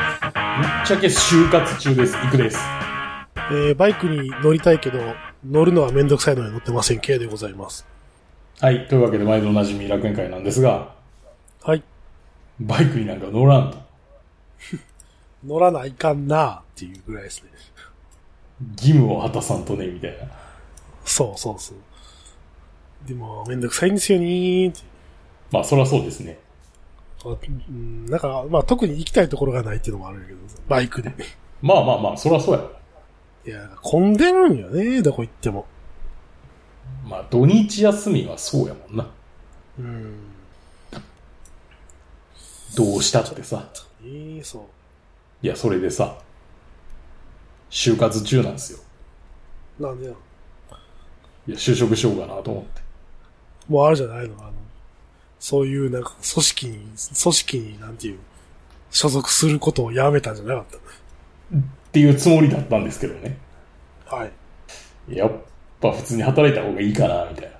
っちゃけ就活中です。行くです。えーバイクに乗りたいけど、乗るのはめんどくさいので乗ってません、K でございます。はい。というわけで、毎度おなじみ楽園会なんですが、はい。バイクになんか乗らんと。乗らないかんなっていうぐらいですね。義務を果たさんとね、みたいな。そうそうそう。でも、めんどくさいんですよねーってまあ、そりゃそうですね。あうんなんか、まあ特に行きたいところがないっていうのもあるんやけど、バイクで。まあまあまあ、そりゃそうや。いや、混んでるんよね、どこ行っても。まあ、土日休みはそうやもんな。うん。どうしたってさ。えー、そいや、それでさ、就活中なんですよ。う。なんでやいや、就職しようかなと思って。もうあるじゃないの、あの、そういうなんか組織に、組織になんていう、所属することをやめたんじゃなかっっていうつもりだったんですけどね。た。はい。やっぱ普通に働いた方がいいかな、みたいな。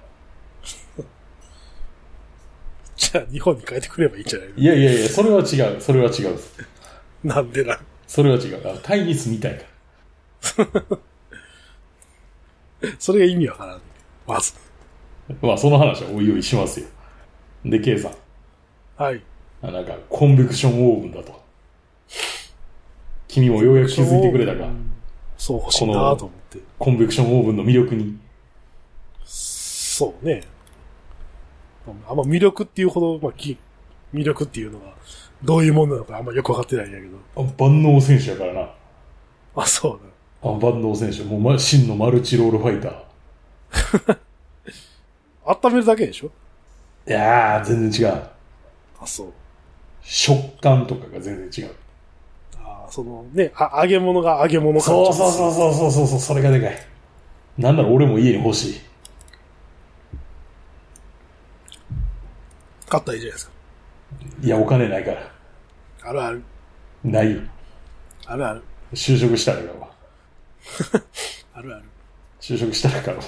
じゃあ日本に帰ってくればいいんじゃないのいやいやいや、それは違う。それは違う。なんでなん。それは違う。あタイに住みたいから。それが意味わからん。まず。 まあ、その話はおいおいしますよ。で、K さんはい。あ、なんか、コンベクションオーブンだと。君もようやく気づいてくれたか、そう欲しいなと思って。コンベクションオーブンの魅力に。そうね。あんま魅力っていうほど、まあ、き魅力っていうのが、どういうものなのかあんまよくわかってないんやけど。あ万能選手やからな。あ、そうあ万能選手。もう、ま、真のマルチロールファイター。だ。温めるだけでしょいやー、全然違う。あ、そう。食感とかが全然違う。あそのね、あ揚げ物が揚げ物かそうそうそうそうそうそうそう、それがでかい。なんなら俺も家に欲しい。買ったらいいじゃないですいや、お金ないから。か。あるある。ないよ。あるある。就職したらかわ。あるある。就職したらかわ。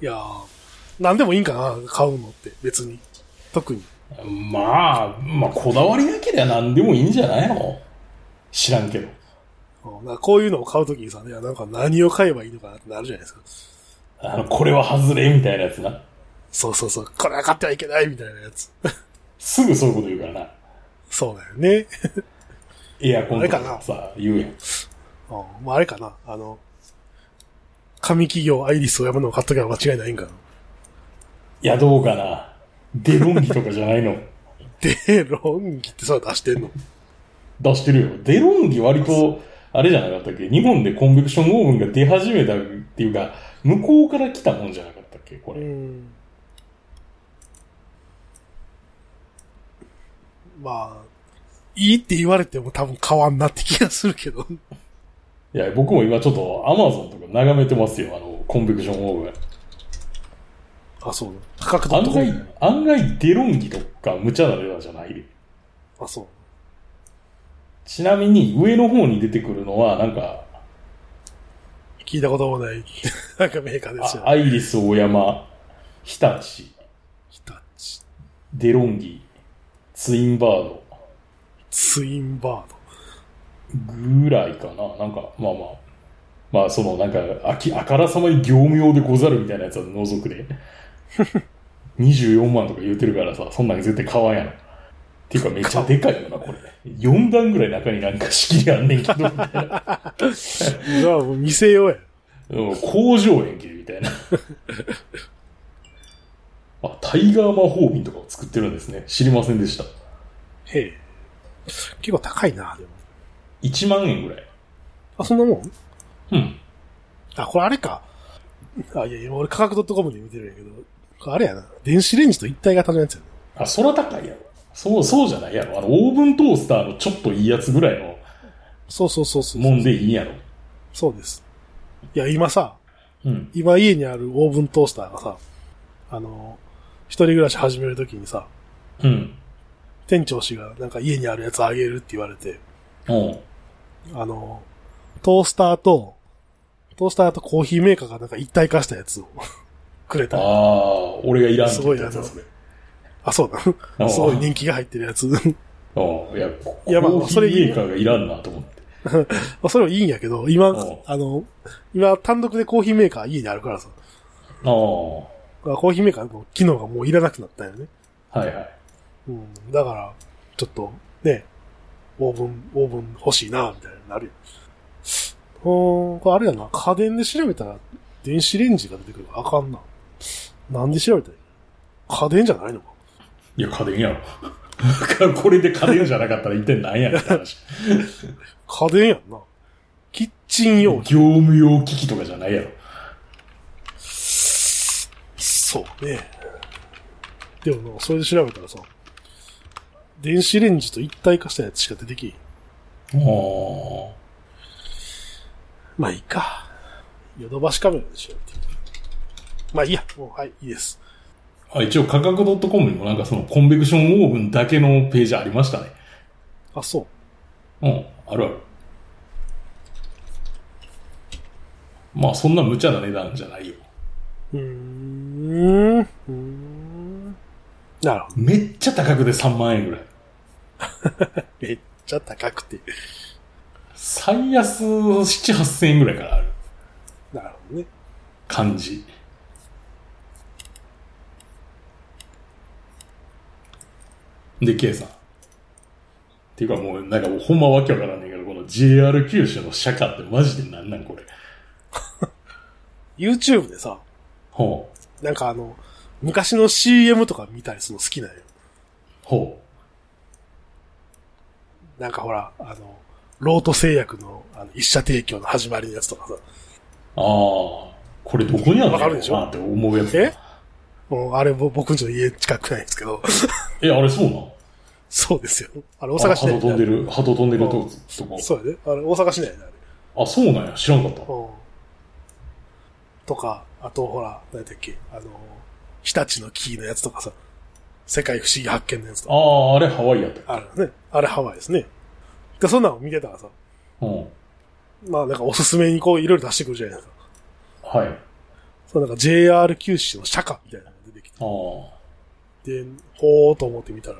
いやー、なんでもいいんかな、買うのって。別に。特に。まあ、まあ、こだわりなけりゃ何でもいいんじゃないの知らんけど。うんなんかこういうのを買うときにさ、ね、なんか何を買えばいいのかなってなるじゃないですか。あの、これは外れみたいなやつな。そうそうそう、これは買ってはいけないみたいなやつ。 すぐそういうこと言うからな。そうだよね。 エアコンとかさ、言うやん。うん、まああれかな、あの、紙企業アイリスをやむのを買っとけば間違いないんかな。いや、どうかな。デロンギとかじゃないの。 で、 ロンギってそれ出してんの出してるよ。デロンギ割と、あれじゃなかったっけ日本でコンベクションオーブンが出始めたっていうか、向こうから来たもんじゃなかったっけこうれ。ん。まあ、いいって言われても多分変わんなって気がするけど。いや、僕も今ちょっとアマゾンとか眺めてますよ。あの、コンベクションオーブン。あ、そうだ。価格案とこ外、案外デロンギとか無茶な値段じゃないで。あ、そう。ちなみに、上の方に出てくるのは、なんか、聞いたこともない、 なんかメーカーですあよ。アイリス・オーヤマ、日立、日立、デロンギ、ツインバード、ツインバード。ぐらいかな。なんか、まあまあ。まあ、その、なんか、あき、あからさまに業務用でござるみたいなやつは除く で。24万とか言うてるからさ、そんなん絶対買わんやろ。っていうか、めっちゃでかいよな、これ。4段ぐらい中になんか仕切りあんねんけど、みたいな。うわ、もう見せようや。うん工場園芸みたい な。あ、タイガー魔法瓶とかを作ってるんですね。知りませんでした。へえ。結構高いな、でも。 1万円ぐらい。あ、そんなもんうん。あ、これあれか。あ、いやいや、俺価格 .com で見てるんやけど、これあれやな。電子レンジと一体型のやつやな。あ、そら高いやろ。そう、そうじゃないやろ。あの、オーブントースターのちょっといいやつぐらいのそうそうそうそう。もんでいいんやろ。そうです。いや、今さ、うん。今家にあるオーブントースターがさ、あの、一人暮らし始めるときにさ、うん。店長氏がなんか家にあるやつあげるって言われて、うん。あの、トースターと、トースターとコーヒーメーカーがなんか一体化したやつを くれあた。ああ、俺がいらんって言ったやつだすそれ。そうだ。すごい人気が入ってるやうつ。 ん。いや、コいやまあーヒそーメれいいーカーがいらんなと思って。まあ、それはいいんやけど、今うん、あの、今、単独でコーヒーメーカー家にあるからさ。ああ。はまあコーヒーメーカーの機能がもういらなくなったんよね。いはい。うん。だから、ちょっと、ね、オーブン、オーブン欲しいな、みたいになるよ。うーん、これあれやな、家電で調べたら、電子レンジが出てくるからあかんな。なんで調べたらいい家電じゃないのか。いや、家電やろ。 これで家電じゃなかったら一体何やねんって話。家電やんな。キッチン用業品。務用機器とかじゃないやろ。そうね。でもな、それで調べたらさ、電子レンジと一体化したやつしか出てきん。あまあいいか。ヨドバシカメラで調べてみるまあいいや。もうはい、いいです。あ。あ、一応価格 .com にもなんかそのコンベクションオーブンだけのページありましたね。あ、そう。うん、あるある。まあそんな無茶な値段じゃないよ。うーん。うーん。なるほど。めっちゃ高くで3万円ぐらい。めっちゃ高くて。最安7、8千円ぐらいからあるなるほどね。感じ。で、K さん。っていうかもう、なんかもうほんまわけわからんねんけど、この JR 九州の釈迦ってマジでなんなんこれ。 YouTube でさ、ほう。なんかあの、昔の CM とか見たりするの好きなんよ。ほなんかほら、あの、ロート製薬のあの一社提供の始まりのやつとかさ。う。ああ。これどこにあるのわかるでしょなって思うやつ。えうん、あれぼ僕んちの家近くないんですけど、 え、あれそうなんそうですよ。あれ大阪あ市内鳩飛んでる。る、鳩飛んでるとこ。そうやね。あれ大阪市内だ、あれ。あ、そうなんや。知らんかった。うん。とか、あとほら、何だっけ、あの、日立のキーのやつとかさ、世界不思議発見のやつとか、ああ、あれハワイやった。あるね。あれハワイですね。で、そんなの見てたらさ、うん。まあなんかおすすめにこういろいろ出してくるじゃないですか。はい。あそうなんか JR 九州の釈迦みたいなのが出てきあ。て、で、ほーと思ってみたら、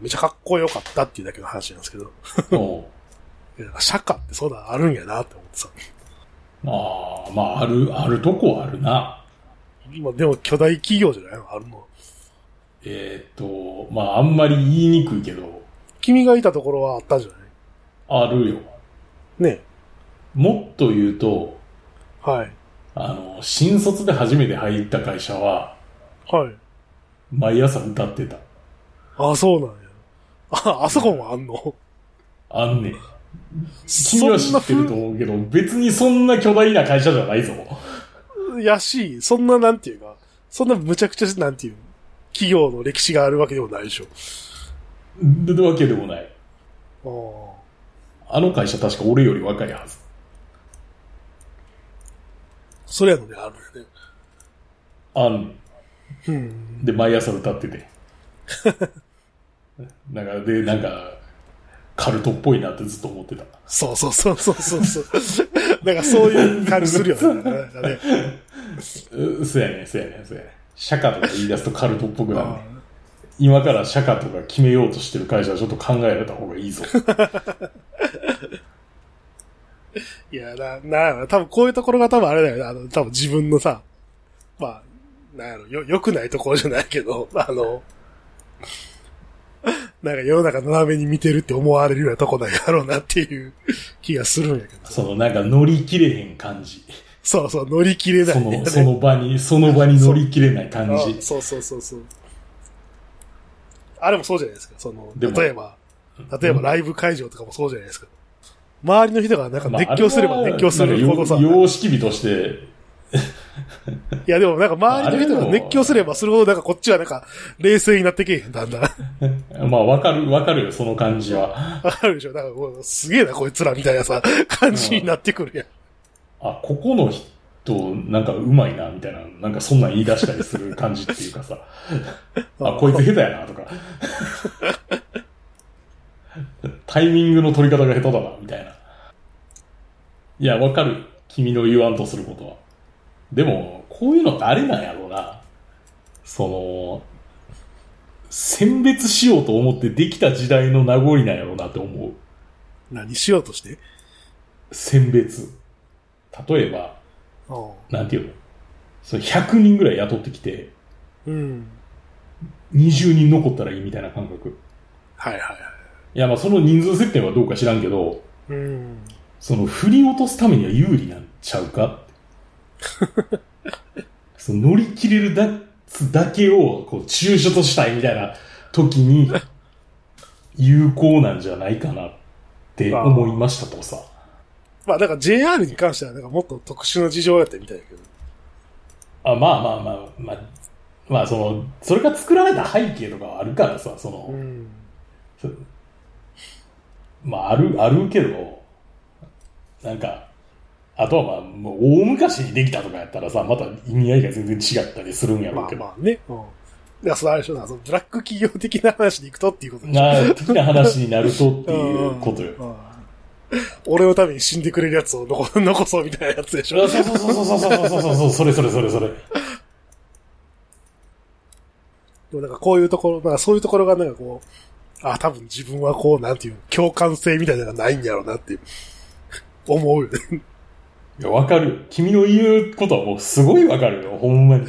めちゃかっこよかったっていうだけの話なんですけど、うん。いやなんか釈迦ってそうだあるんやなって思ってさ、ああ、まあ、ある、あるとこはあるな。まあでも巨大企業じゃないのあるの。えーっ、と、まあ、あんまり言いにくいけど、君がいたところはあったんじゃないあるよ。ねもっと言うと、はい。あの、新卒で初めて入った会社は、はい。毎朝歌ってた。あ、そうなんや。あ、あそこもあんのあんねん。君は知ってると思うけど、別にそんな巨大な会社じゃないぞ。そんなやし、そんななんていうか、そんなむちゃくちゃなんていう、企業の歴史があるわけでもないでしでわけでもない。ょ。あの会社確か俺より若いはず。ああ。それやのであるよね。あんねん。うん。で、毎朝歌って て。なんか、で、なんか、カルトっぽいなってずっと思ってた。そうそうそうそうそうそう。なんかそういう感じするよね。なんかね。うそうやねんそうやねんそうやねん釈迦とか言い出すとカルトっぽくなるねあ今から釈迦とか決めようとしてる会社はちょっと考えられた方がい いぞ。いや、な、なんやろ。多分こういうところが多分あれだよね。あの、多分自分のさ、まあ、なんやろ。よ、良くないところじゃないけど、 あの、なんか世の中斜めに見てるって思われるようなとこなんやろうなっていう気がするんやけど。そのなんか乗り切れへん感じ。そうそう、乗り切れないそんだよの、ねその場に、その場に乗り切れない感あじ。そうそうそうそう。あれもそうじゃないですか。その、でも例えば、例えばライブ会場とかもそうじゃないですか。周りの人がなんか熱狂すれば熱狂するほどさ、なんか様式美として、いやでもなんか周りの人が熱狂すればするほどなんかこっちはなんか冷静になってけえへん、だんだ ん。まあわかる、わかるよ、その感じは。わかるでしょなんかこうすげえなこいつらみたいなさ、感じになってくるやん。あ、ここの人、なんかうまいな、みたいな、なんかそんなん言い出したりする感じっていうかさ。あ、こいつ下手やな、とか。 タイミングの取り方が下手だな、みたいな。いや、わかる。君の言わんとすることは。でも、こういうの誰なんやろうな。その、選別しようと思ってできた時代の名残なんやろうなって思う。何しようとして選別。例えば、ああなんていうのその100人ぐらい雇ってきて、うん。 20人残ったらいいみたいな感覚。はいはいはい。いや、まあその人数設定はどうか知らんけど、うん。その振り落とすためには有利なんちゃうかってその乗り切れるだだけをこう中所としたいみたいな時に有効なんじゃないかなって思いましたとさ。まあ、だから JR に関しては、なんかもっと特殊な事情やったみたいだけど。あまあまあまあまあ、まあその、それが作られた背景とかはあるからさ、その、ん。そうまあ、ある、あるけど、なんか、あとはまあ、もう大昔にできたとかやったらさ、また意味合いが全然違ったりするんやろまうあけど。まあね。うん。だからそれあれでしょな、そのブラック企業的な話に行くとっていうことでしょ。なあ、的な話になるとっていうことよ。うん。うん俺のために死んでくれるやつを残 残そうみたいなやつでしょ。あそうそうそうそうそうそうそうそう、それそれそれそれ。でもなんかこういうところ、まあそういうところがなんかこう、あ、多分自分はこう、なんていうの、共感性みたいなのがないんやろうなっていう、 思うよね。いや、わかるよ。君の言うことはもうすごいわかるよ、ほんまに。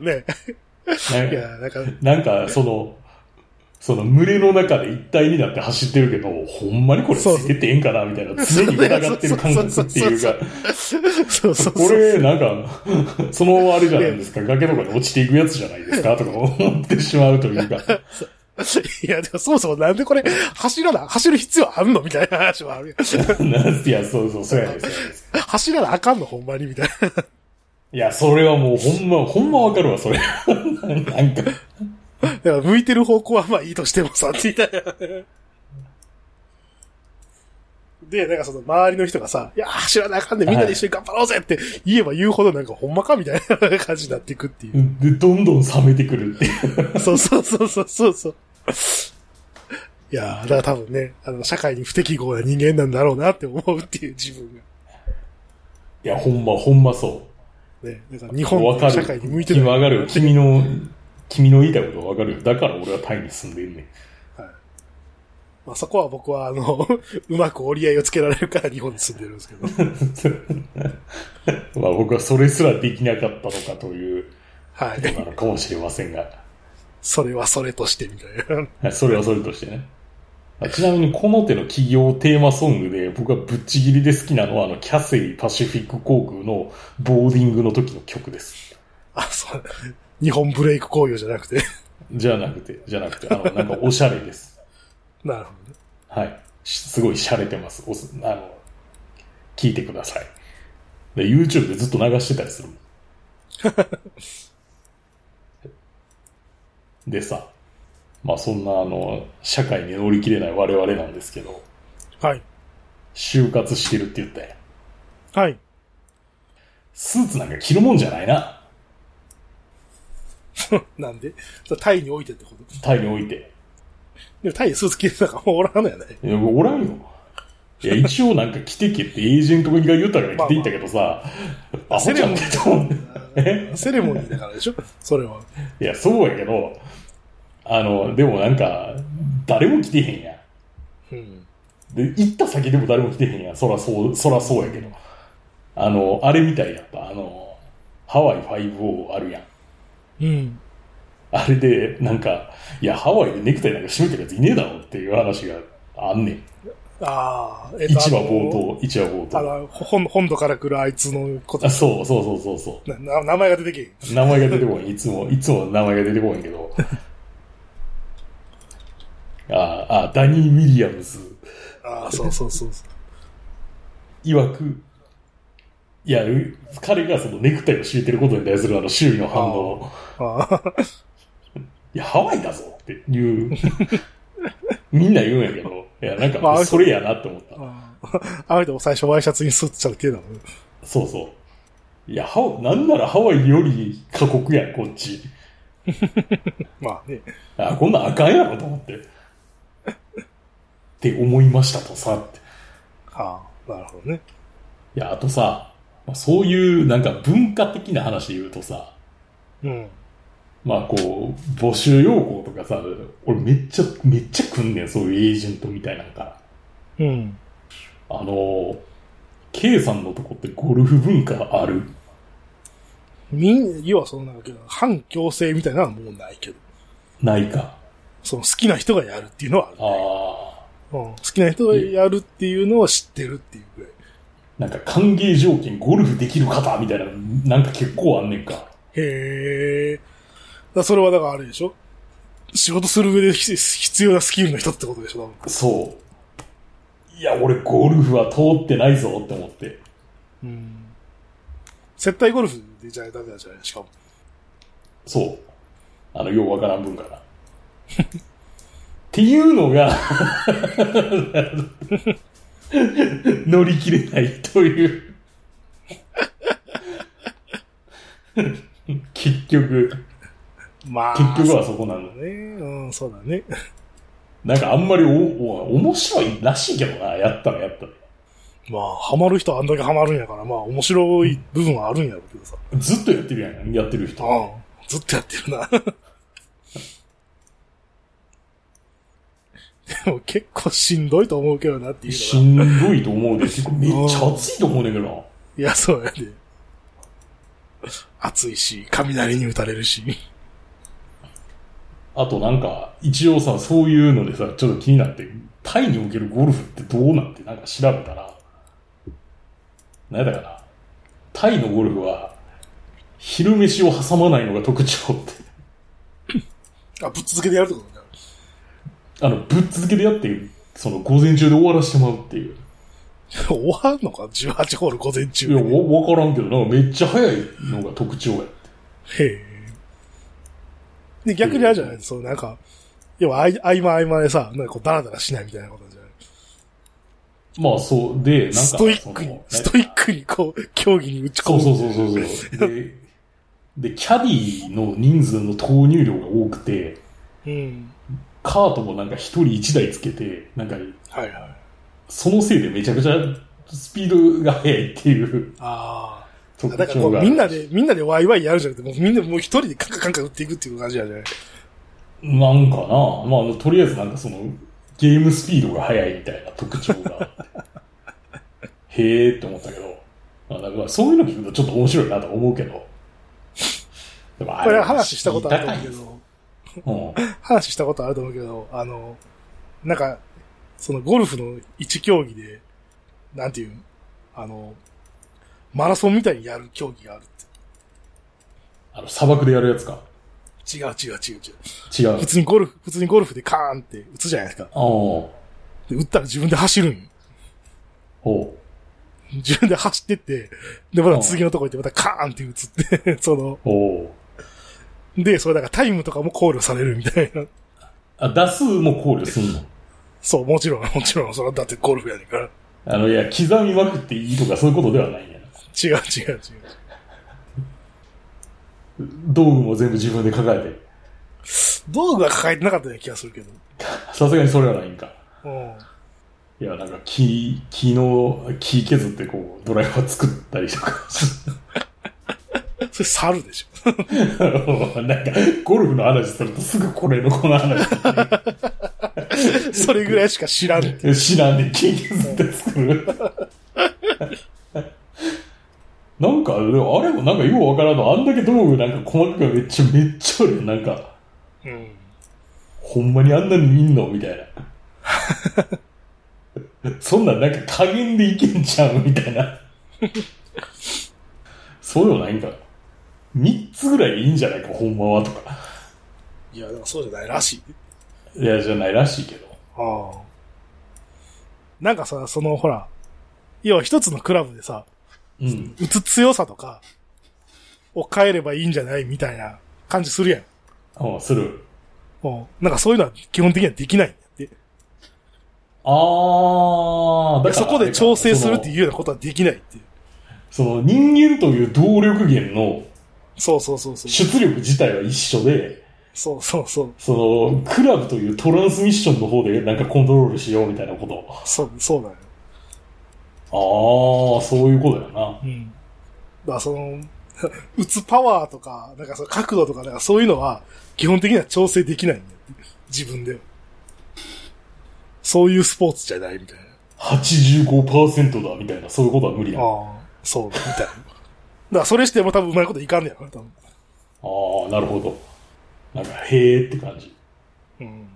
ね。 なんいかや、なんか、なんか、その、その群れの中で一体になって走ってるけど、ほんまにこれついてってええんかなみたいな、常に疑ってる感覚っていうか、そうそうこそう。れ、なんか、そのあれじゃないですか、崖とかに落ちていくやつじゃないですか、とか思ってしまうというか、 いや、でもそもそもなんでこれ、走らな、走る必要あんのみたいな話はあるよ。なんていや、そうそう、そうやねんそうやねん走らなあかんの、ほんまに、みたいな。いや、それはもうほんま、ほんまわかるわ、それ。 なんか、だから向いてる方向はまあいいとしてもさ、みたいな。で、なんかその周りの人がさ、いや、走らなあかんで、みんなで一緒に頑張ろうぜって言えば言うほどなんかほんまかみたいな感じになっていくっていう。で、どんどん冷めてくるっていう。そうそうそうそうそうそう。いやー、だから多分ね、あの、社会に不適合な人間なんだろうなって思うっていう自分が。いや、ほんま、ほんまそう。ね、なんか日本わかのる。社会に向いてる。わかるよ。君の、君の言いたいことわかるよ。だから俺はタイに住んでん ねん。まあそこは僕は、あの、 うまく折り合いをつけられるから日本に住んでるんですけど。まあ僕はそれすらできなかったのかというはことい。なのかもしれませんが。それはそれとしてみたいな。それはそれとしてね。あちなみにこの手の企業テーマソングで僕はぶっちぎりで好きなのはあのキャセイパシフィック航空のボーディングの時の曲です。あ、そう。日本ブレイク工業じゃなくて。 じゃなくて、じゃなくて、あの、なんかおしゃれです。 なるほどね。はい。しすごい洒落てます。おすあの、聞いてください。で、YouTube でずっと流してたりするもん。でさ、まあそんなあの、社会に乗り切れない我々なんですけど、はい。就活してるって言って、はい。スーツなんか着るもんじゃないな。なんでそれタイに置いてってことタイにおいて。でもタイにスーツ着てたからもうおらんのやね。いや、おらんよ。いや、一応なんか着てけってエージェントが言ったから着ていったけどさ、アホじゃんけと思って。えセレモニーだからでしょそれは。いや、そうやけど、あの、でもなんか、誰も来てへんやん。うん。で、行った先でも誰も来てへんやん。そらそう、そらそうやけど。あの、あれみたいやった。あの、ハワイ5-0あるやん。うん。あれで、なんか、いや、ハワイでネクタイなんか締めてるやついねえだろっていう話があんねん。ああ、え一話冒冒頭頭、一話冒あ頭。の、本、本土から来るあいつのことあ、そうそうそうそうそう。なな名前が出てけえ名前が出てこない。いつ も、いつも名前が出てこないけど。ああ、ダニー・ウィリアムズ。へん。あ あ、そうそうそうそう。曰く、いや、う彼がそのネクタイを敷いてることに対するあの周囲の反応、ああ、いや、ハワイだぞっていう、 みんな言うんやけど、いや、なんかもうそれやなって思った。あ ああの人も最初ワイシャツにスーツちゃうてたもんね。そうそう。いや、ハワイ、なんならハワイより過酷やん、こっち。まあね。あ、こんなんあかんやろと思って。って思いましたとさ、って。ああ、なるほどね。いや、あとさ、まあそういうなんか文化的な話で言うとさ、うん。まあこう、募集要項とかさ、俺めっちゃ、めっちゃ来んねん、そういうエージェントみたいなんから。うん。あの、K さんのとこってゴルフ文化あるみん、要はそのなんか、反強制みたいなのはもうないけど、ないか。その好きな人がやるっていうのはあるああうん、好きな人がやるっていうのを知ってるっていうぐらい。ー、なんか歓迎条件ゴルフできる方みたいな、なんか結構あんねんか。へえ。だそれはだからあれでしょ仕事する上で必必要なスキルの人ってことでしょ多分そう。いや、俺ゴルフは通ってないぞって思って。うん。接待ゴルフでじゃダメなんじゃないしかも。そう。あの、ようわからん文化だ。っていうのが、乗り切れないという。結局、まあ。結局はそこなのそう。だね。うん、そうだね。 なんかあんまりお、お、面白いらしいけどな、やったらやったら。まあ、ハマる人はあんだけハマるんやから、まあ、面白い部分はあるんやろうけどさ。ずっとやってるやん、やってる人。うん。ずっとやってるな。 でも結構しんどいと思うけどなっていうしのが。んどいと思うで、結構めっちゃ熱いと思うねんけどな。いや、そうやで。暑いし、雷に打たれるし。あとなんか、一応さ、そういうのでさ、ちょっと気になって、タイにおけるゴルフってどうなんてなんか調べたら、なんだかな。タイのゴルフは、昼飯を挟まないのが特徴って。 あ、ぶっ続けてやるってことになる。あの、ぶっ続けでやって、その午前中で終わらしてもらうっていう。終わんのか ?18 ホール午前中いや、で。わ、わからんけど、なんかめっちゃ早いのが特徴やって。へえ。で、逆にあれじゃないそう、なんか、要は、あい合間合間でさ、なんかこう、ダラダラしないみたいなことじゃないまあそう、で、なんか、ストイックそにの、ストイックにこう、競技に打ち込そうむ。そうそうそうそう。で、で、キャディーの人数の投入量が多くて、うん。カートもなんか一人一台つけて、なんか、はいはい。そのせいでめちゃくちゃスピードが速いっていう ああ。特だから徴こう、が。みんなで、みんなでワイワイやるじゃなくて、もうみんなもう一人でカンカンカンカン打っていくっていう感じやじゃないなんかな、まああの、とりあえずなんかその、ゲームスピードが速いみたいな特徴が。 へえって思ったけど、まあ、なんかそういうの聞くとちょっと面白いなと思うけど。でもあこれ話したことあると思うけど。ど。うん。話したことあると思うけど、あの、なんか、そのゴルフの一競技で、なんていうんあの、マラソンみたいにやる競技があるっあの、砂漠でやるやつか。て。違う違う違う違う。違う普。通にゴルフ、普通にゴルフでカーンって打つじゃないですか。ああ。おで、打ったら自分で走るんよ。う自分で走ってって、で、また次のとこ行ってまたカーンって打つって、 その、おうで、それだからタイムとかも考慮されるみたいな。あ、打数も考慮すんのそう、もちろん、 もちろん、それはだってゴルフやねんから。あの、いや、刻みまくっていいとかそういうことではないんやな。違う違う違う。道具も全部自分で抱えて。道具が抱えてなかったような気がするけど。さすがにそれはないんか。うん。いや、なんか木、木の、木削ってこう、ドライバー作ったりとか。 それ猿でし ょ。なんか、ゴルフの話するとすぐこれのこの話。それぐらいしか知らんって。知らんで木削って作る。 なんか、でもあれもなんかようわからんの。あんだけ道具なんか細かくめっちゃめっちゃあるよなんか。うん。ほんまにあんなに見んのみたいな。そんなんなんか加減でいけんちゃうみたいな。そうでもないんか。三つぐらいでいいんじゃないか、ほんまはとか。いや、でもそうじゃないらしい。いや、じゃないらしいけど。ああ。なんかさ、その、ほら、要は一つのクラブでさ、うん。打つ強さとか、を変えればいいんじゃないみたいな感じするやん。うん、する。もう、なんかそういうのは基本的にはできないんだって。あー、だそこで調整するっていうう。ようなことはできないっていう。その、その人間という動力源のそうそうそうそう。出力自体は一緒で、そうそうそう。その、クラブというトランスミッションの方でなんかコントロールしようみたいなこと。そう、そうだよ。ああ、そういうことやな。うん。だからその、 打つパワーとか、なんかその角度とか、なんかそういうのは、基本的には調整できないんだよ。自分で。そういうスポーツじゃないみたいな。 85%だみたいな、そういうことは無理やん。あああ、そう、みたいな。だからそれしても多分うまいこといかんねやろ、多分。あ、なるほど。なんか、へえって感じ。うん。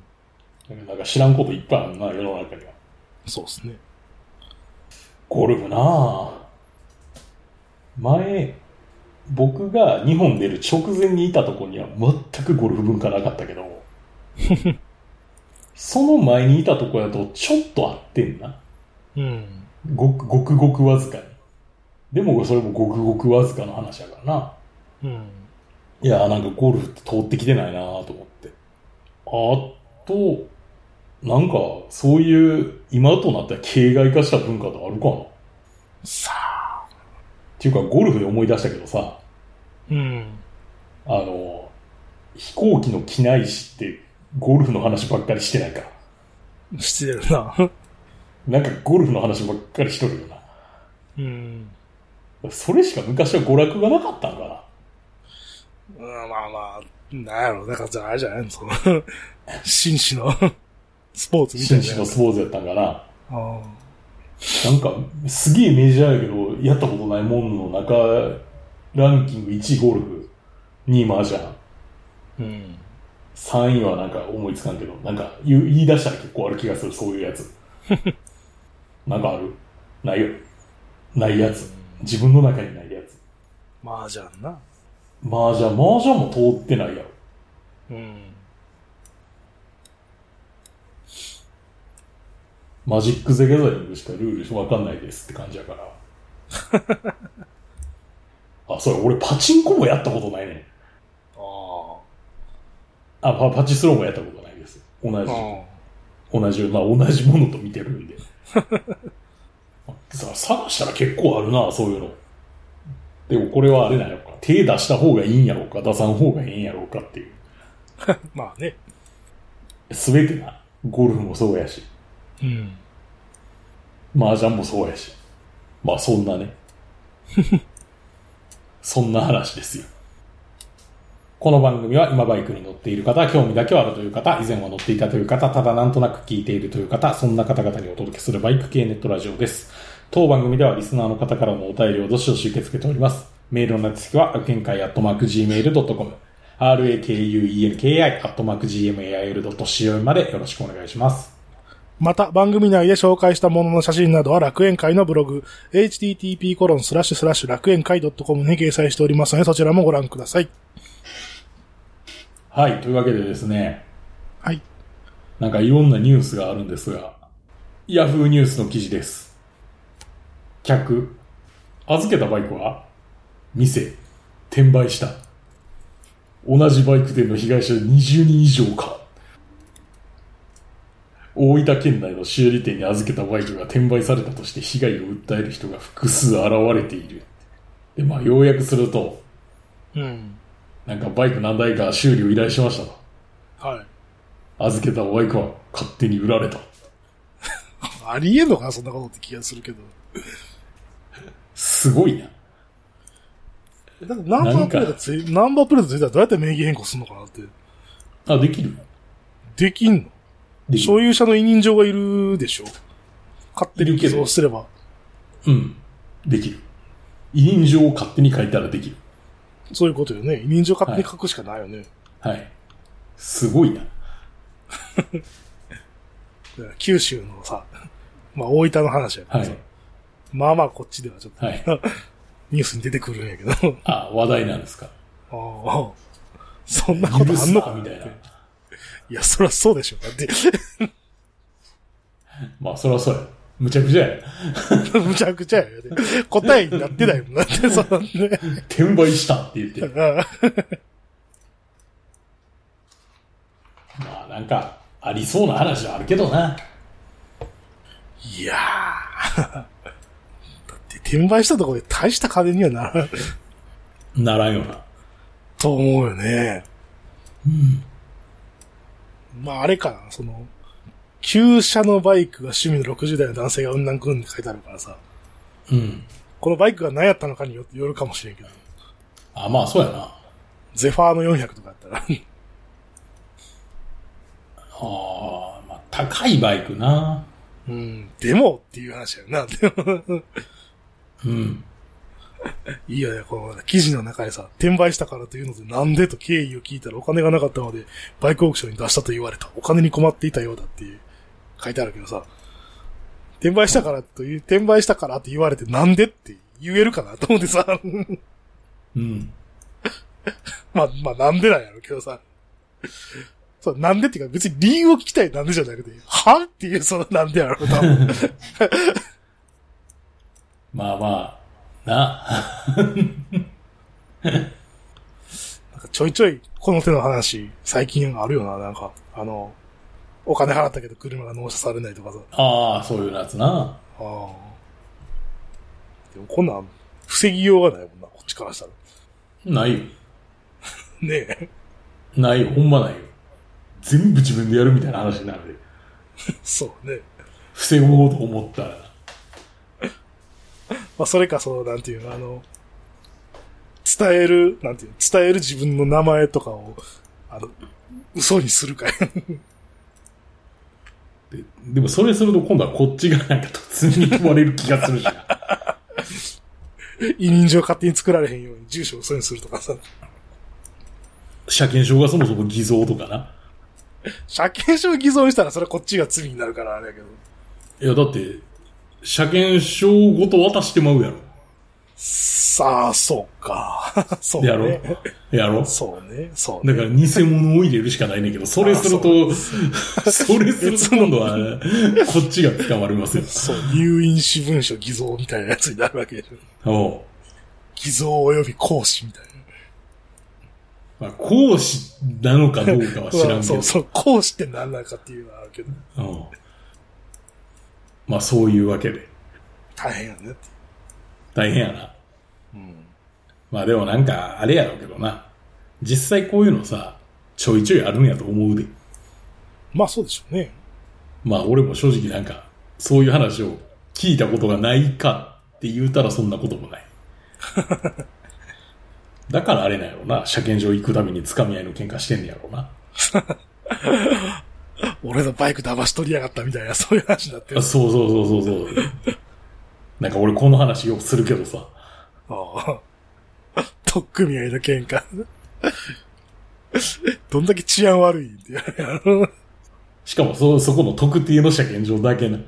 なんか知らんこといっぱいあるな、世の中には。そうですね。ゴルフなあ前、僕が日本出る直前にいたとこには全くゴルフ文化なかったけど、その前にいたとこやとちょっと合ってんな。うん。ごく、ごくごくわずかに。でもそれもごくごくわずかの話やからな。うん。いやーなんかゴルフって通ってきてないなーと思って。あと、なんかそういう今となったら形骸化した文化とあるかなっさあ。ていうかゴルフで思い出したけどさ、うん。あの、飛行機の機内誌ってゴルフの話ばっかりしてないか。してるな。なんかゴルフの話ばっかりしとるよな。うん。それしか昔は娯楽がなかったんかな。うん、まあまあ、なんやろ、なんかじゃああれじゃないのそ の、紳士のスポーツみた紳いな。士のスポーツやったんかな。あなんか、すげえメジャーやけど、やったことないもんの中、ランキング1位ゴルフ、2位マージャン、あうん。 3位はなんか思いつかんけど、なんか言う言い出したら結構ある気がする、そういうやつ。なんかあるないよ。ないやつ。自分の中にないやつ。まあじゃあな。マージャン、マージャンも通ってないやろ。うん。マジック・ゼ・ギャザリングしかルールわかんないですって感じやから。 あ、それ俺パチンコもやったことないねん。ああ。あ、パパチスローもやったことないです。同じ。同じ、まあ同じものと見てるんで。さ探したら結構あるな、そういうの。でもこれはあれなんやろか。手出した方がいいんやろうか、出さん方がいいんやろうかっていう。まあね。すべてな。ゴルフもそうやし、うん。麻雀もそうやし。まあそんなね。そんな話ですよ。この番組は今バイクに乗っている方、興味だけはあるという方、以前は乗っていたという方、ただなんとなく聞いているという方、そんな方々にお届けするバイク系ネットラジオです。当番組ではリスナーの方からのお便りをどしどし受け付けております。メールの宛先は、楽園会アットマーク Gmail.com、rakuelki アットマーク gmail.co までよろしくお願いします。また、番組内で紹介したものの写真などは楽園会のブログ、http コロンスラッシュスラッシュ楽園会 .com に掲載しておりますので、そちらもご覧ください。はい、というわけでですね、はい。なんかいろんなニュースがあるんですが、ヤフーニュースの記事です。客、預けたバイクは、店、転売した。同じバイク店の被害者20人以上か。大分県内の修理店に預けたバイクが転売されたとして被害を訴える人が複数現れている。で、まあ、要約すると、うん。なんかバイク何台か修理を依頼しましたと。はい。預けたバイクは勝手に売られた。ありえんのかな、そんなことって気がするけど。すごいな。だってナンバープレートつい、ナンバープレートついたらどうやって名義変更するのかなって。あ、できるできんのできる。所有者の委任状がいるでしょ勝手に偽造すれば。うん。できる。委任状を勝手に書いたらできる。そういうことよね。委任状勝手に書くしかないよね。はい。すごいな。だから九州のさ、 まあ大分の話やけはどさ、い。まあまあこっちではちょっとはい。ニュースに出てくるんやけど。 あ、話題なんですか。ああ。そんなこと許あすんのかかみみたたいいなな。。いや、そりゃそうでしょ。だって、まあ、そらそうや。むちゃくちゃや。むちゃくちゃやよね。答えになってないもん。だって、そのね。転売したって言って。まあ、なんか、ありそうな話はあるけどな。いやー。だって、転売したところで大した金にはならんならんよな。と思うよね。うん。まあ、あれかな、その、旧車のバイクが趣味の60代の男性がうんなんくんって書いてあるからさ、うん。このバイクが何やったのかによよるかもしれんけど。あ、まあ、そうやな。ゼファーの400とかやったら。あーまあ、高いバイクな。うん。でもっていう話やよな。 でも、うん。いいよね、この記事の中でさ、転売したからというのでなんでと経緯を聞いたらお金がなかったので、バイクオークションに出したと言われた。お金に困っていたようだっていう、書いてあるけどさ、転売したからという、転売したからって言われてなんでって言えるかなと思ってさ、 うん。まあ、まあなんでなんやろうけどさ、そう、なんでっていうか別に理由を聞きたいなんでじゃなくて、はっていうそのなんでやろう多分。まあまあ、な。なんかちょいちょいこの手の話、最近あるよな、なんか、あの、お金払ったけど車が納車されないとかさ。ああ、そういうやつな。ああ。でもこんなん、防ぎようがないもんな、こっちからしたら。ないよ。ねえ。 ないよ。ほんまないよ。全部自分でやるみたいな話になるで。そうね。防ごうと思ったら。まあ、それか、その、なんていうの、あの、伝える、なんていうの、伝える自分の名前とかを、あの、嘘にするかよ。ででもそれすると今度はこっちがなんか突然に問われる気がするしな。 委任状勝手に作られへんように、住所を嘘にするとかさ。車検証がそもそも偽造とかな。車検証偽造にしたら、それはこっちが罪になるから、あれやけど。いや、だって、車検証ごと渡してまうやろ。さあ、そうか。 そうやろね。やろそうね。そうね。だから偽物を入れるしかないねんけど、それすると、それすると今度は、こっちが捕まり ますよ。そう、入院私文書偽造みたいなやつになるわけでしょ。おう偽造及び行使みたいな。まあ、講師なのかどうかは知らんけそどう、そう、行使って何なんかっていうのはあるけど、うんまあ、そういうわけで。大変やねって。大変やな。うん。まあでもなんか、あれやろうけどな。実際こういうのさ、ちょいちょいあるんやと思うで。まあそうでしょうね。まあ俺も正直なんか、そういう話を聞いたことがないかって言うたらそんなことも ない。だからあれなんやろうな。車検場行くためにつかみ合いの喧嘩してんねやろうな。俺のバイク騙し取りやがったみたいな、そういう話になってるあ。そうそうそうそうそう。なんか俺この話よくするけどさ。ああ。 とっくみ合いの喧嘩。 どんだけ治安悪いんだよ。しかもそ、そこの特定の車検場だけな。い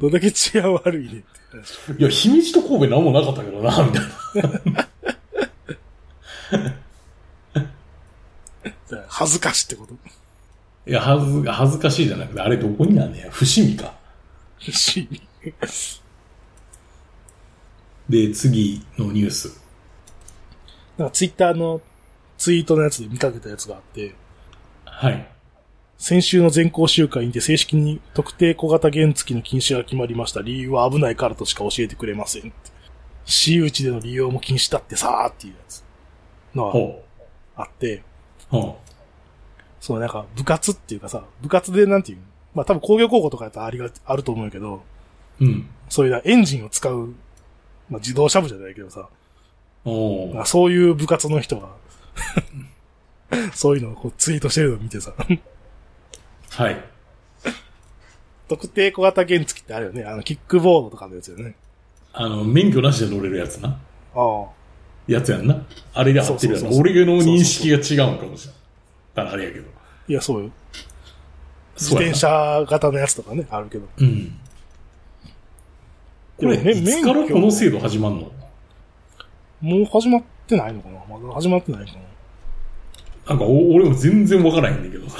どんだけ治安悪いねんって話。や、姫路と神戸なんもなかったけどな、み たいな。だから恥ずかしいってこと。 いや、恥ず、恥ずかしいじゃなくて、あれどこにあんねや。伏見か。しで、次のニュース。なんかツイッターのツイートのやつで見かけたやつがあって、はい。先週の全校集会にて正式に特定小型原付の禁止が決まりました。理由は危ないからとしか教えてくれませんって。私有地での利用も禁止だってさーっていうやつ。のほがあって、う。ほそのなんか部活っていうかさ、部活でなんていうのまあ多分工業高校とかやったらありが、あると思うけど、う。うん。そういうなエンジンを使う、まあ自動車部じゃないけどさ、おーまあそういう部活の人が、 そういうのをこうツイートしてるのを見てさ、はい。特定小型原付ってあるよね。あの、キックボードとかのやつよね。あの、免許なしで乗れるやつな。ああ。やつやんな。あれで合ってるやつそな。うそうそうそう俺の認識が違うんかもしれん。だからあれやけど。いや、そうよ。自そうや転な。車型のやつとかね、あるけど。うん。これ、でもねいつから免許この制度始まんのもう始まってないのかなまだ始まってないのかななんかお、俺も全然わからへんねんけどさ。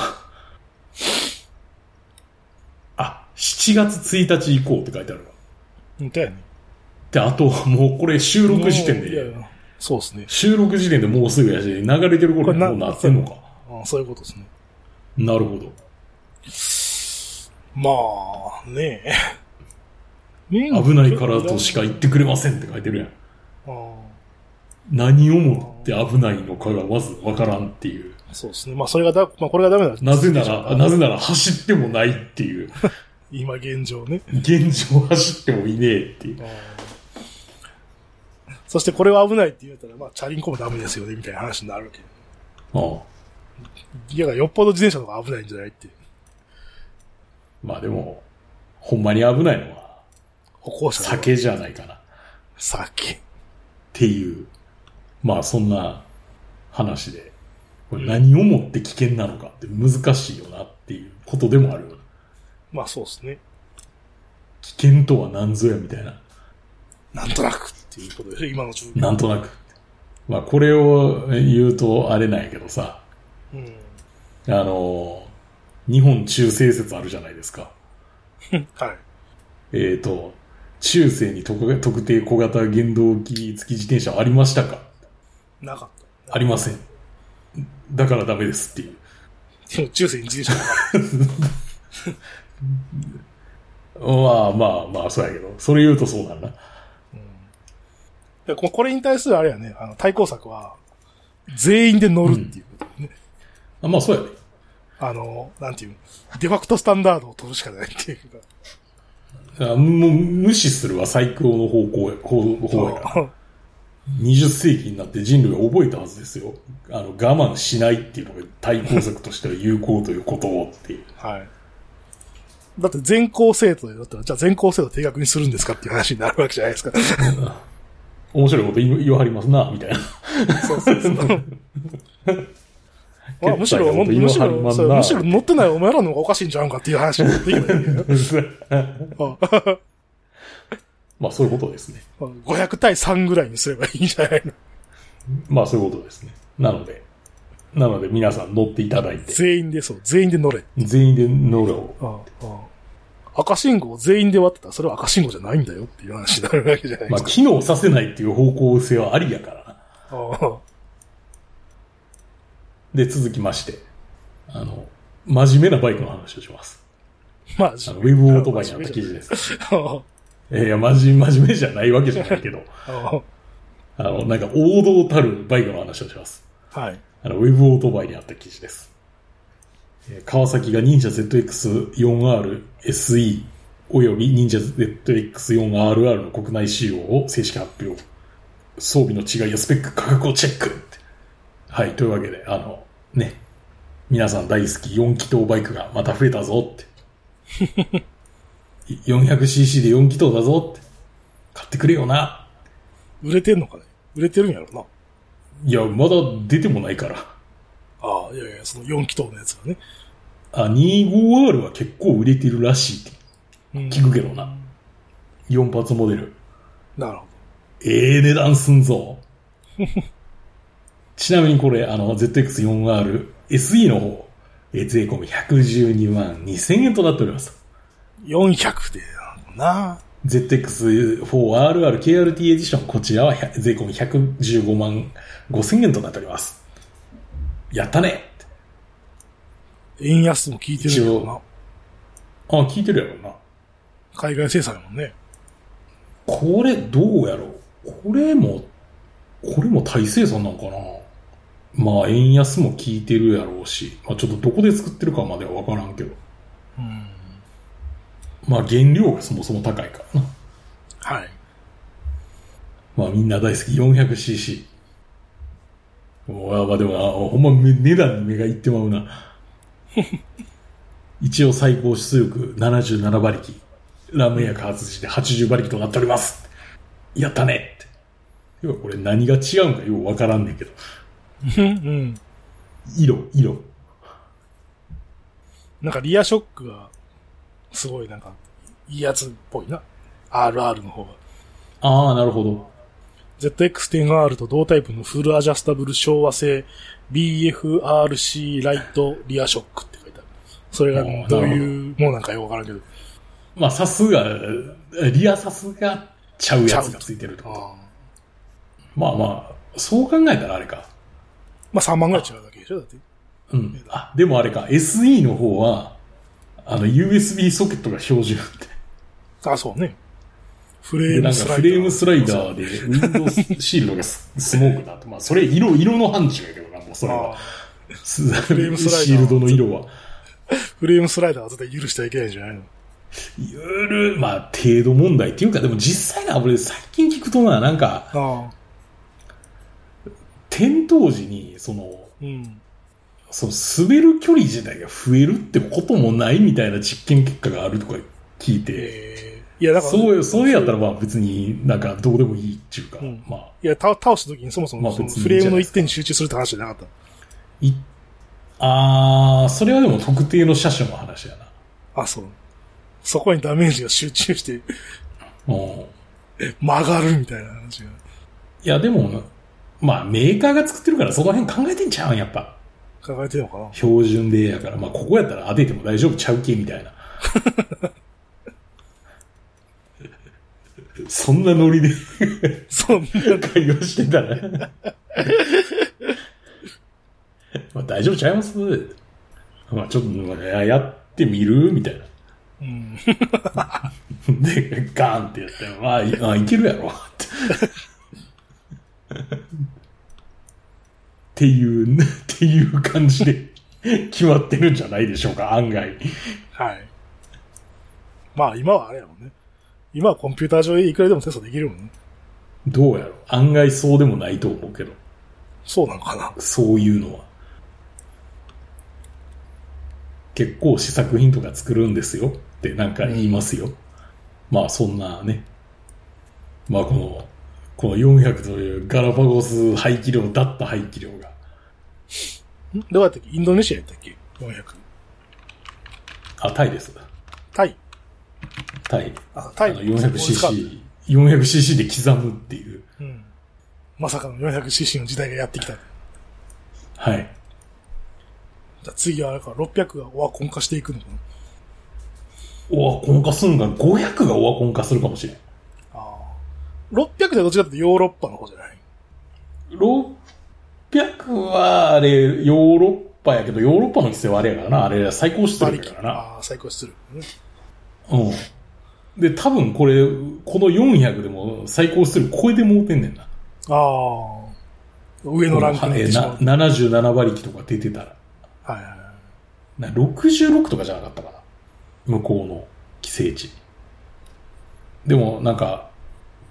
あ、7月1日以降って書いてあるわ。うん、だよね。で、あと、もうこれ収録時点もういやいで、やそうですね収録時点でもうすぐやし、流れてる頃にはもうなってんのか。あそういうことですね。なるほど。まあ、ねえ。 免許危ないからとしか言ってくれませんって書いてるやん。あ何をもって危ないのかがまずわからんっていう。あそうですね。まあ、それがだ、まあ、これがダメだ。なぜなら、なぜなら走ってもないっていう。今現状ね。現状走ってもいねえっていう。ああそしてこれは危ないって言うたら、まあ、チャリンコもダメですよね、みたいな話になるわけ。うん。いや、よっぽど自転車の方が危ないんじゃないって。まあでも、ほんまに危ないのは、歩行者では。酒じゃないかな。っ酒。ていう、まあそんな話で、これ何をもって危険なのかって難しいよなっていうことでもあるよな。まあ、そうですね。危険とは何ぞやみたいな。なんとなくっていうことでし ょ、今の状況。なんとなく。まあこれを言うとあれなんやけどさ、うん。あの、日本中世説あるじゃないですか。 はい。えっ、と、中世に特が特定小型原動機付き自転車はありましたかなかっありません。だからダメですっていう。た。でも、中世に自転車がまあまあまあ、そうやけど。それ言うとそうなんだ。い やここれに対するあれやね、あの、対抗策は、全員で乗るっていうこと、ねあまあそうやね。あの、なんていうの、デファクトスタンダードを取るしかないっていうか。あもう無視するは最強の方向や、方方やから。20世紀になって人類が覚えたはずですよ。あの、我慢しないっていうのが対抗策としては有効ということをっていう。 はい。だって全校生徒だったら、じゃあ全校生徒定額にするんですかっていう話になるわけじゃないですか。面白いこと言い言わはりますな、みたいな。 そうそうそう。まあ、むしろ、結構む言いしはりまろ、んなそうむしろ乗ってないお前らの方がおかしいんちゃうんかっていう話になっていけばいいんだよあまあそういうことですね。 500対3ぐらいにすればいいんじゃないのまあそういうことですね。なので、なので皆さん乗っていただいて、全員で、そう、全員で乗れ。全員で乗ろう。ああ赤信号を全員で割ってたら、それは赤信号じゃないんだよっていう話になるわけじゃないでますあか。機能させないっていう方向性はありやからな。あで、続きまして、あの、真面目なバイクの話をします。あまあ、あのウェブオートバイにあった記事です。あえいや、真面目、真面目じゃないわけじゃないけど、ああの、なんか王道たるバイクの話をします。はい。あの、ウェブオートバイにあった記事です。えー川崎が忍者 ZX4R SE および忍者 ZX4RR の国内仕様を正式発表。装備の違いやスペック価格をチェックってはい、というわけで、あの、ね、皆さん大好き4気筒バイクがまた増えたぞ って。い 400cc で4気筒だぞって。買ってくれよな。売れてんのかね売れてるんやろうな。いや、まだ出てもないから。ああ、いやいや、その4気筒のやつがね。あ、25R は結構売れてるらしいってうん聞くけどな。4発モデル。なるほええ値段すんぞ。 ちなみにこれ、あの、ZX4R SE の方、え税込み112万2000円となっております。ど。400でな、 ZX4RR KRT エディション、こちらは100税込み115万5000円となっております。やったね円安も効いてるんやろうな。あ、聞いてるやろな。海外生産やもんね。これどうやろうこれも、これも大生産なんかなまあ円安も効いてるやろうし、まあちょっとどこで作ってるかまではわからんけど。うん。まあ原料がそもそも高いからな。はい。まあみんな大好き 400cc。うわまあでもな、ほんまめ値段に目がいってまう な。一応最高出力77馬力。ラムや加圧時で80馬力となっております。やったねって。要はこれ何が違うんかようわからんねんけど。うん。色、色。なんかリアショックが、すごいなんか、いいやつっぽいな。RR の方が。ああ、なるほど。 ZX10R と同タイプのフルアジャスタブル昭和製 BFRC ライトリアショックって書いてある。それがおーどういうものなんかよくわからんけど。まあ、さすが、リアさすがちゃうやつがついてるってこと。あーまあまあ、そう考えたらあれか。まあ3万ぐらい違うだけでしょだって。うん。あ、でもあれか。SE の方は、あの、USB ソケットが標準って。あ、そうね。フレでーなんかムスライフダー。レームスライダーで、Windows シールドが ススモークだと。まあ、それ色、色の範疇やけどな、もうそれあは。ースフレームスライダーシールドの色は。フレームスライダーは絶対許してはいけないんじゃないのゆる、まあ、程度問題っていうか、でも実際のあれ最近聞くとな、なんか、ああ。転倒時に、その、うん。その滑る距離自体が増えるってこともないみたいな実験結果があるとか聞いて、えー、いや、だから、そう、そうやったらまあ別になんかどうでもいいっていうか、うんまあ、いや、倒倒した時にそもそまもあその別にフレームの一点に集中するって話じゃなかっい、あー、それはでも特定の車種の話やな。た。あ、そう。そこにダメージが集中してうん。い曲がるみたいな話が。やでも、まあメーカーが作ってるからその辺考えてんちゃうんやっぱ。考えてるのかな標準でやから、まあここやったら当てても大丈夫ちゃうけみ たいな。そんなノリでそう、会話してたら。まあ大丈夫ちゃいますまあちょっとまあやってみるみたいな。うん。で、ガンってやったら、まあい、あいけるやろ、って。っていう、っていう感じで決まってるんじゃないでしょうか、案外。はい。まあ、今はあれやもんね。今はコンピューター上でいくらでもテストできるもんね。どうやろう案外そうでもないと思うけど、そうなのかなそういうのは。結構試作品とか作るんですよってなんか言いますよ。まあそんなね。まあこの、この400というガラパゴス排気量だった排気量が。んどうやったっけインドネシアやったっけ ?400。あ、タイです。タイ。タイ。あ、タあイ。の使う 400cc。400cc で刻むっていう。うん。まさかの 400cc の時代がやってきた。じはい。ゃあ次はあれか、600がオワコン化していくのかなオワコン化すんが、500がオワコン化するかもしれん。ああ。600ってどっちかっていうとヨーロッパの方じゃない600は、あれ、ヨーロッパやけど、ヨーロッパの規制はあれやからな。あれ、最高出力やからな。ああ、最高出力、ね。うん。で、多分これ、この400でも最高出力超えてもうてんねんな。ああ。上のランクに行っえてしまう。な77馬力とか出てたら。はいはいはい。な66とかじゃなかったかな。向こうの規制値。でも、なんか、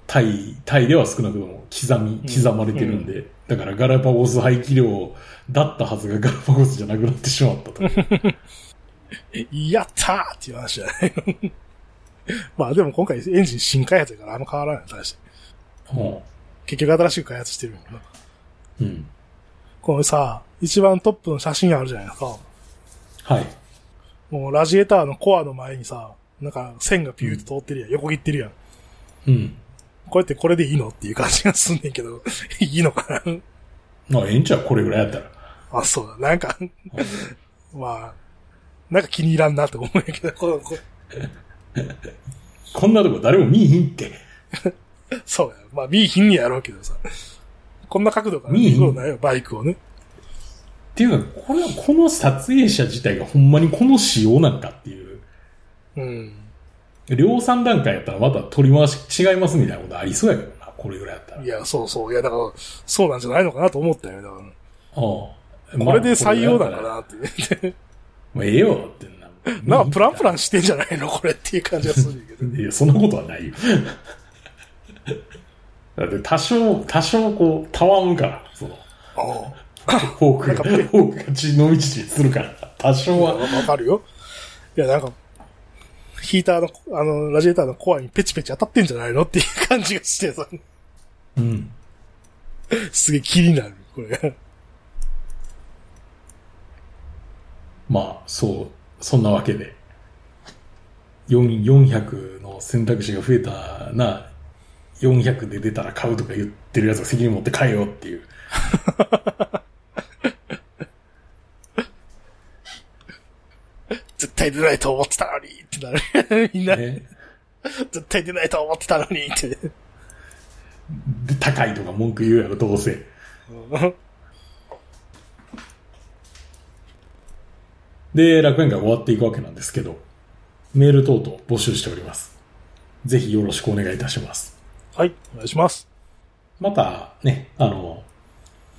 タイ、タイでは少なくとも刻み、刻まれてるんで、だからガラパゴス排気量だったはずがガラパゴスじゃなくなってしまったと。やったーっていう話じゃない まあでも今回エンジン新開発やからあんま変わらない大して。うん結局新しく開発してるもんな。うん。このさ、一番トップの写真あるじゃないですか。はい。もうラジエーターのコアの前にさ、なんか線がピューって通ってるやん。横切ってるやん。うん。これってこれでいいのっていう感じがすんねんけど、 いいのかなまあ、ええんちゃうこれぐらいやったら。あ、そうだ。なんか、 まあ、なんか気に入らんなと思うんやけど、このここんなとこ誰も見いひんって。そうや。まあ、見いひんやろうけどさ。こんな角度から見い見ひんることないよ、バイクをね。っていうか、これは、この撮影者自体がほんまにこの仕様なんかっていう。うん。量産段階やったらまた取り回し違いますみたいなことありそうやけどな、これぐらいやったら。いや、そうそう。いや、だから、そうなんじゃないのかなと思ったよ。だかうんら、これで採用だか。まあらってね。これぐらいやったらもうええよってな。 なんか、プランプラン。ンしてんじゃないのこれっていう感じがするんだけ ど。いや、そんなことはないよ。だって多少、多少こう、たわむから、その、 あフォークが、フォークが血の道にするから、多少あ。は。わかるよ。いや、なんか、ヒーターの、あの、ラジエーターのコアにペチペチ当たってんじゃないのっていう感じがしてさ、うん。すげえ気になる、これ。まあ、そう、そんなわけで。4 400の選択肢が増えたな、400で出たら買うとか言ってるやつが責任持って買えよっていう。絶対出ないと思ってたのにってなる。み んな、ね。絶対出ないと思ってたのにって。で、高いとか文句言うやろ、どうせ。で、楽園会終わっていくわけなんですけど、メール等々募集しております。ぜひよろしくお願いいたします。はい、お願いします。また、ね、あの、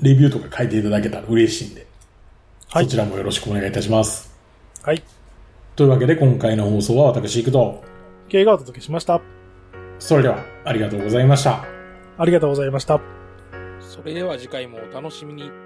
レビューとか書いていただけたら嬉しいんで、はいそちらもよろしくお願いいたします。はい、というわけで、今回の放送は私、行くと、経がお届けしました。それでは、ありがとうございました。ありがとうございました。それでは次回もお楽しみに。